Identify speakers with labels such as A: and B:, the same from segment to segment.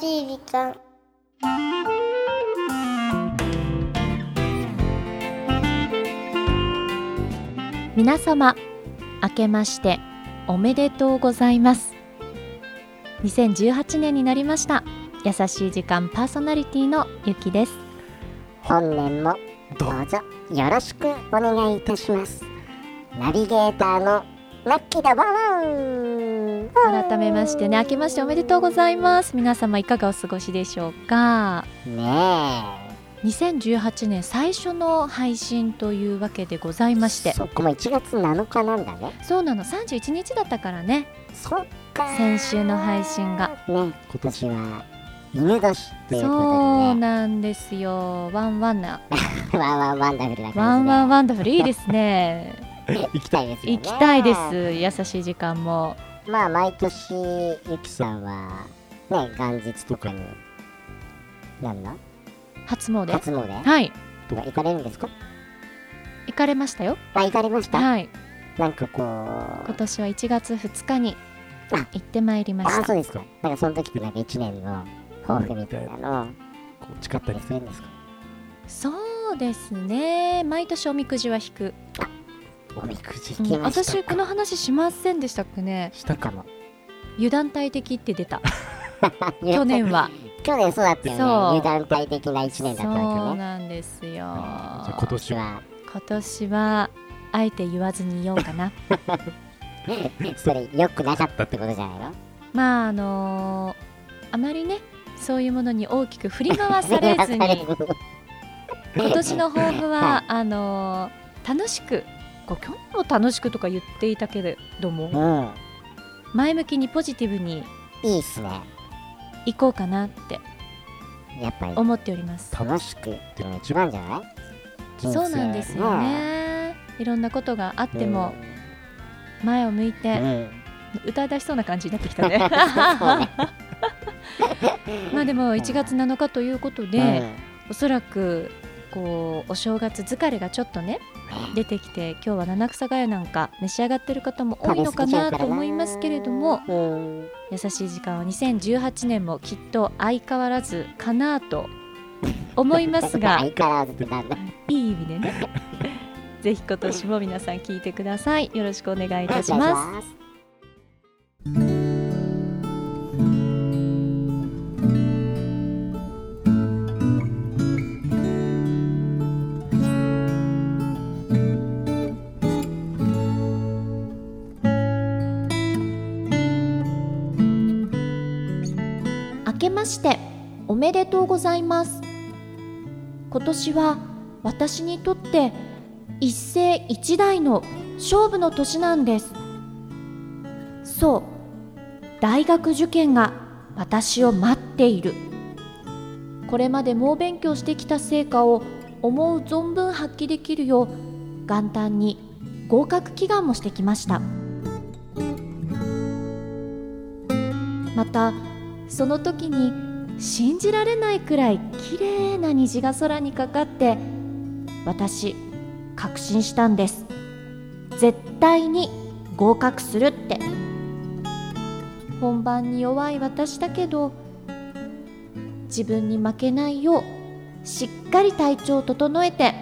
A: しい時間
B: 皆様明けましておめでとうございます2018年になりました優しい時間パーソナリティのゆきです
A: 本年もどうぞよろしくお願いいたしますナビゲーターのラッキーだわー
B: 改めましてね明けましておめでとうございます皆様いかがお過ごしでしょうか
A: ね
B: 2018年最初の配信というわけでござい
A: え
B: まして
A: そこも1月7日なんだね
B: そうなの31日だったからね
A: そっか
B: 先週の配信が
A: ね今年は犬年という
B: そう
A: こと
B: なんですよワンワンな
A: でねワンワンワンダフルな感じで
B: ワンワンワンダフルいいですね
A: 行きたいですよね
B: 行きたいです優しい時間も
A: まあ毎年ゆきさんはね元日とかになんだ
B: 初詣
A: 初詣
B: はい
A: とか行かれるんですか
B: 行かれましたよ
A: あ行かれました
B: はい
A: なんかこう
B: 今年は1月2日に
A: あ
B: 行ってまいりま
A: あ
B: し
A: そ
B: た
A: うですかなんかその時ってなんか1年の抱負みたいなのを
C: こう誓ったり
A: するんですか
B: そうですね毎年おみくじは引く、
A: おみくじ
B: う
A: 引
B: ん
A: きました
B: 私この話しませんでしたっけね
A: したかも
B: 油断大敵って出た去年は
A: 去年そうだったよね
B: そう
A: 油断大的な1
B: そう
A: 年だったわけね
B: なんですよ
C: じゃあ
B: 今
C: 今年は
A: は
B: 年はあえて言わずに言おうかな
A: それ良くなかったってことじゃないの
B: まああのーあまりねそういうものに大きく振り回され ずに今年の抱負
A: は
B: は、あのー楽しくこう去年も楽しくとか言っていたけれども
A: う
B: 前向きにポジティブに
A: んいいっすね
B: 行こうかなって
A: やっぱり
B: 思っております
A: 楽しくっていうのが一番じゃない
B: そ
A: 人生
B: うなんですよねいろんなことがあっても前を向い
A: うん
B: て
A: うん
B: 歌い出しそうな感じになってきたね まあでも1月7日ということで、おそらくこうお正月疲れがちょっとね出てきて今日は七草がゆなんか召し上がってる方も多いのかなと思いますけれども
A: うん
B: 優しい時間は2018年もきっと相変わらずかなと思いますが
A: 相変わらずってなんだ
B: いい意味でねぜひ今年も皆さん聞いてくださいよろしくお願いいたします
A: す
B: 明けましておめでとうございます今年は私にとって一世一代の勝負の年なんですそう大学受験が私を待っているこれまで猛勉強してきた成果を思う存分発揮できるよう元旦に合格祈願もしてきましたまたその時に信じられないくらい綺麗な虹が空にかかって私確信したんです絶対に合格するって本番に弱い私だけど自分に負けないようしっかり体調を整えて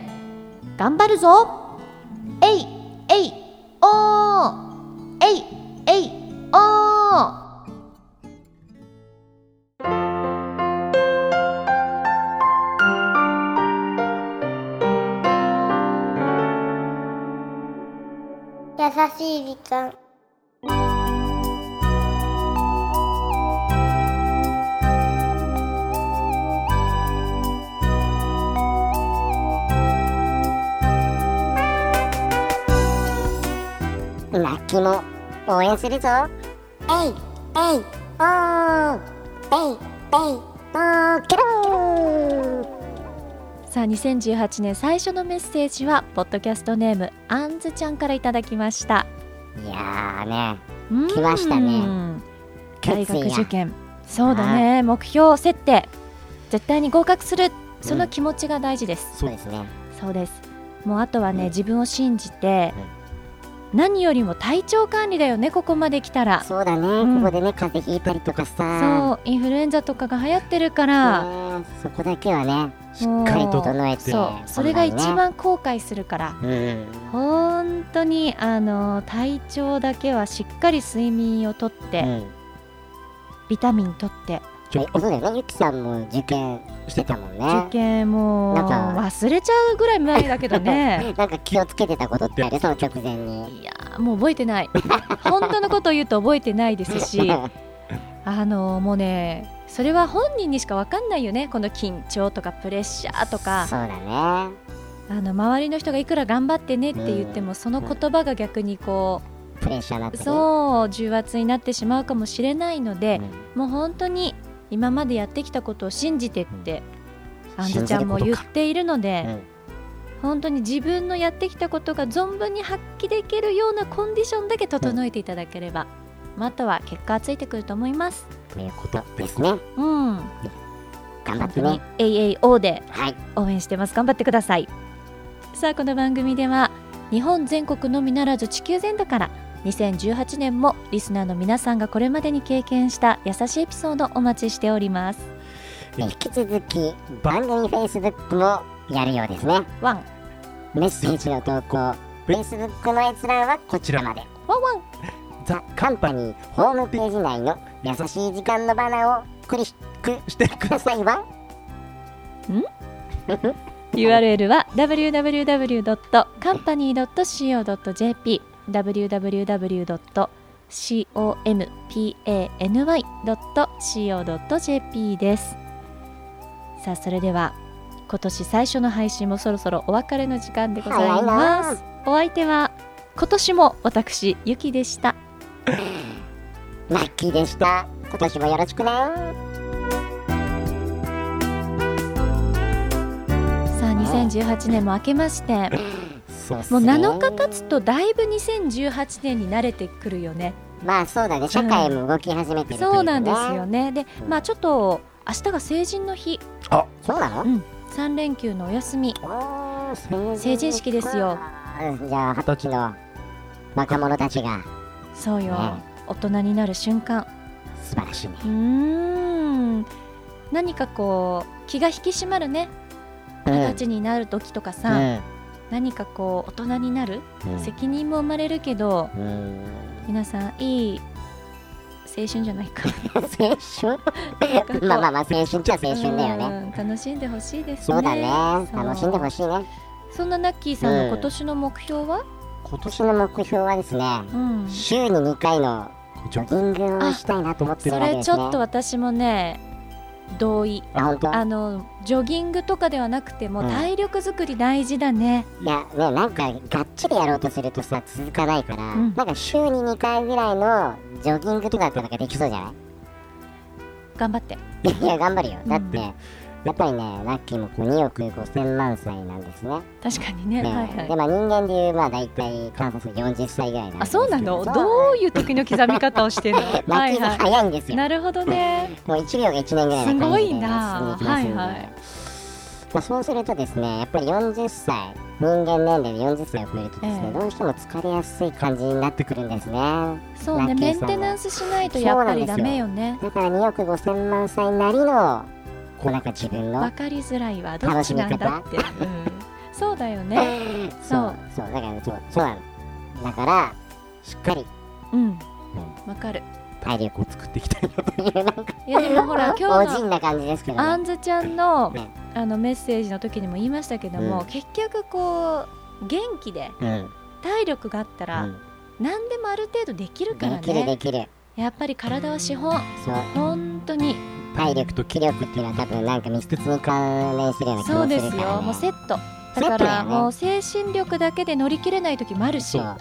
B: 頑張るぞえいえいおーえいえいおー
A: 優しい時間ラッキーも応援するぞえいえいおーえいえいおーケロ
B: さあ2018年最初のメッセージはポッドキャストネームあんずちゃんからいただきました
A: ーいやーね
B: うん
A: 来ましたね
B: 大
A: 決
B: 学
A: 意や
B: 受験そうだね目標設定絶対に合格するその気持ちが大事です、
A: そうですね
B: そうですもうあとはね、
A: うん
B: 自分を信じて、何よりも体調管理だよねここまで来たら
A: そうだね、
B: ん
A: ここでね風邪ひいたりとか
B: そ
A: さ
B: うインフルエンザとかが流行ってるから、
A: ねえそこだけはね
C: しっかりと
A: 整えて
B: そうそれが一番後悔するから
A: うん
B: 本当にあの体調だけはしっかり睡眠をとって、
A: うん
B: ビタミンとって
C: ちょ
A: えそうだよねゆきさんも受験してたもん
B: 受
A: ね
B: 験もう
A: なんか
B: 忘れちゃうぐらい前だけどね
A: なんか気をつけてたことってあるその直前に
B: いやーもう覚えてない 本当のことを言うと覚えてないですしあのもうねそれは本人にしか分かんないよねこの緊張とかプレッシャーとか
A: そうだね
B: あの周りの人がいくら頑張ってねって言っても、その言葉が逆にこ
A: プレッシャーになっ
B: う
A: てね
B: そう重圧になってしまうかもしれないので、
A: う
B: もう本当に今までやってきたことを信じてって、あんず
A: 信
B: ち
A: じ
B: ゃ
A: る
B: ん
A: こ
B: も
A: とか
B: 言っているので、
A: ん
B: 本当に自分のやってきたことが存分に発揮できるようなコンディションだけ整えていただければ、まああとは結果はついてくると思います。
A: ということですね
B: うん、
A: 頑張
B: 本
A: っ
B: 当
A: て
B: に
A: ね
B: AAO で
A: はい
B: 応援してます頑張ってくださいさあこの番組では日本全国のみならず地球全土から2018年もリスナーの皆さんがこれまでに経験した優しいエピソードをお待ちしております
A: 引き続き番組 Facebook もやるようですね
B: ワン
A: メッセージの投稿 Facebook の閲覧はこちらまで
B: ワンワン
A: ザ・カンパニーホームページ内の優しい時間のバナーをクリック
C: してく
A: くださいわ
B: URL は www.company.co.jp www.company.co.jp ですさあそれでは今年最初の配信もそろそろお別れの時間でございますお相手は今年も私ゆきでした
A: ラッキーでした今年もよろしくね
B: さあ2018年も明けまして
A: そうっす
B: もう
A: ね
B: 7日経つとだいぶ2018年に慣れてくるよね
A: まあそうだね社会も動き始めてるとい
B: そう
A: かね、
B: うなんですよね。で、
A: うん
B: まあちょっと明日が成人の日、
A: そうなの、
B: 三連休のお休み。
A: あー成
B: 成人式ですよ
A: かじゃあ二十歳の若者たちが
B: そうよ。
A: ね
B: 大人になる瞬間。
A: 素晴らしいね
B: うーん。何かこう気が引き締まるね。
A: うん
B: 二十歳になる時とかさ、何かこう大人になる、
A: うん
B: 責任も生まれるけど、
A: うんうん
B: 皆さんいい青春じゃないか。
A: 青
B: なんかこ
A: 春
B: う
A: まあまあまあ青春っちゃ青春だよね、
B: うん楽しんでほしいですね。
A: そうだね
B: そう
A: 楽しんでほしいね
B: そんなナッキーさんの
A: うん
B: 今年の目標は？
C: 今
A: 今
C: 年
A: 年の目標はですね
B: うん
A: 週に2回のジョギングをしたいなと思ってる
B: そ
A: わけ
B: れ
A: で
B: ち
A: すね
B: ょっと私もね同意
A: あ本当
B: あのジョギングとかではなくても
A: うん
B: 体力作り大事だね、
A: いやねなんかがっちりやろうとするとさ続かないから、
B: うん
A: なんか週に2回ぐらいのジョギングとかってなんかできそうじゃな
B: 頑張って
A: いいや頑張るよだって、
B: うん
A: やっぱりねラッキーもこう2億5千万歳なんですね
B: 確かにね
A: ね
B: はいはい
A: でまあ人間でいうまあ大体観察40歳ぐらいなん
B: あ
A: ですけど
B: そうなの
A: そう
B: どういう時の刻み方をしてる のはい
A: 泣きが
B: は
A: 早いんです
B: い
A: よ、
B: なるほどね
A: もう1秒が1年ぐらいな感じです
B: ごいな
A: 進んでいきますんで
B: はいはい
A: まあ、そうするとですねやっぱり40歳人間年齢で40歳を超えるとですね、
B: ええ
A: どうしても疲れやすい感じになってくるんですね
B: そうね
A: ラッキ
B: メ
A: ー
B: ン
A: さんは
B: テナンスしないとやっぱりダメよね
A: だから2億5千万歳なりのこうなんか自分
B: わ
A: の
B: かりづらいわどっちなんだって、うん、そうだよね
A: そうそうだからそうそうなのだからしっかり
B: うんわかる
A: 体力を作っていきたいなというなんか
B: いやでもほ ら今
A: お
B: 日の
A: じんな感じですけど
B: あ
A: ね
B: んずちゃんの
A: ね
B: あのメッセージの時にも言いましたけども、
A: うん
B: 結局こう元気で
A: うん
B: 体力があったら、
A: うん
B: 何でもある程度できるから
A: できるで
B: ね
A: きる
B: やっぱり体は資本
A: そう
B: 本当に
A: 体力と気力っていうのは多分なんか密接に関連するような気
B: そう
A: がす
B: で
A: る
B: す
A: から、
B: よ
A: ね、
B: もうセ
A: ッ
B: ット
A: ト
B: だか
A: だよ
B: ら
A: ね
B: もう精神力だけで乗り切れない時もあるし
A: そう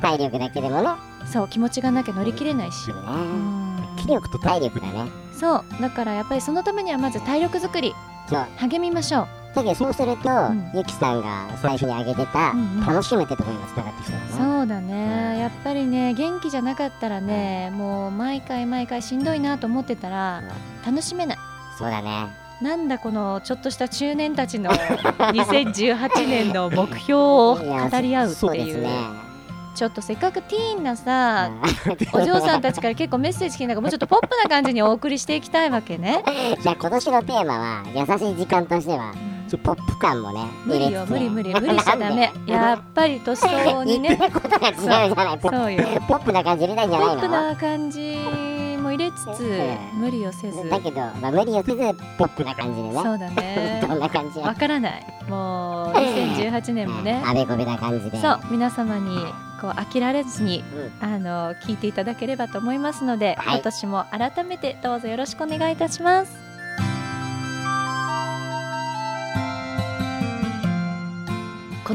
A: 体力だけでもね
B: そう気持ちがなきゃ乗り切れないし、
A: ね
B: うん
A: 気力と体力だね
B: そうだからやっぱりそのためにはまず体力づくり
A: そう
B: 励みましょう
A: だけどそうすると、
B: ん
A: ゆきさんが最初に挙げてた、
B: うんうん
A: 楽しむってところにつながってきたよね
B: そうだね、
A: うん
B: やっぱりね元気じゃなかったらねもう毎回毎回しんどいなと思ってたら楽しめない
A: そうだね
B: なんだこのちょっとした中年たちの2018年の目標を語り合うって
A: そうで
B: い
A: す
B: う
A: ね
B: ちょっとせっかくティーンなさ
A: あー
B: お嬢さんたちから結構メッセージ聞いたからもうちょっとポップな感じにお送りしていきたいわけね。
A: じゃあ今年のテーマは優しい時間としてはポップ感もね
B: 無理よ無理 無理無理しちゃダメや
A: っ
B: っぱり年相応に
A: 言
B: ね
A: ってることが違うじゃないポ
B: そうよ
A: ポップな感じ入れないんじ
B: ポ
A: ゃな
B: ッ
A: いの
B: プな感じも入れつつ
A: うん
B: 無理をせずそ
A: だけど、まあ、無理をせずポップな感じでね
B: うだね
A: どんな感じ
B: わ
A: や
B: からないもう2018年もね
A: うんあべこべな感じで
B: そう皆様にこう飽きられずに
A: うん
B: あの聞いていただければと思いますので、
A: はい
B: 今年も改めてどうぞよろしくお願いいたしますこ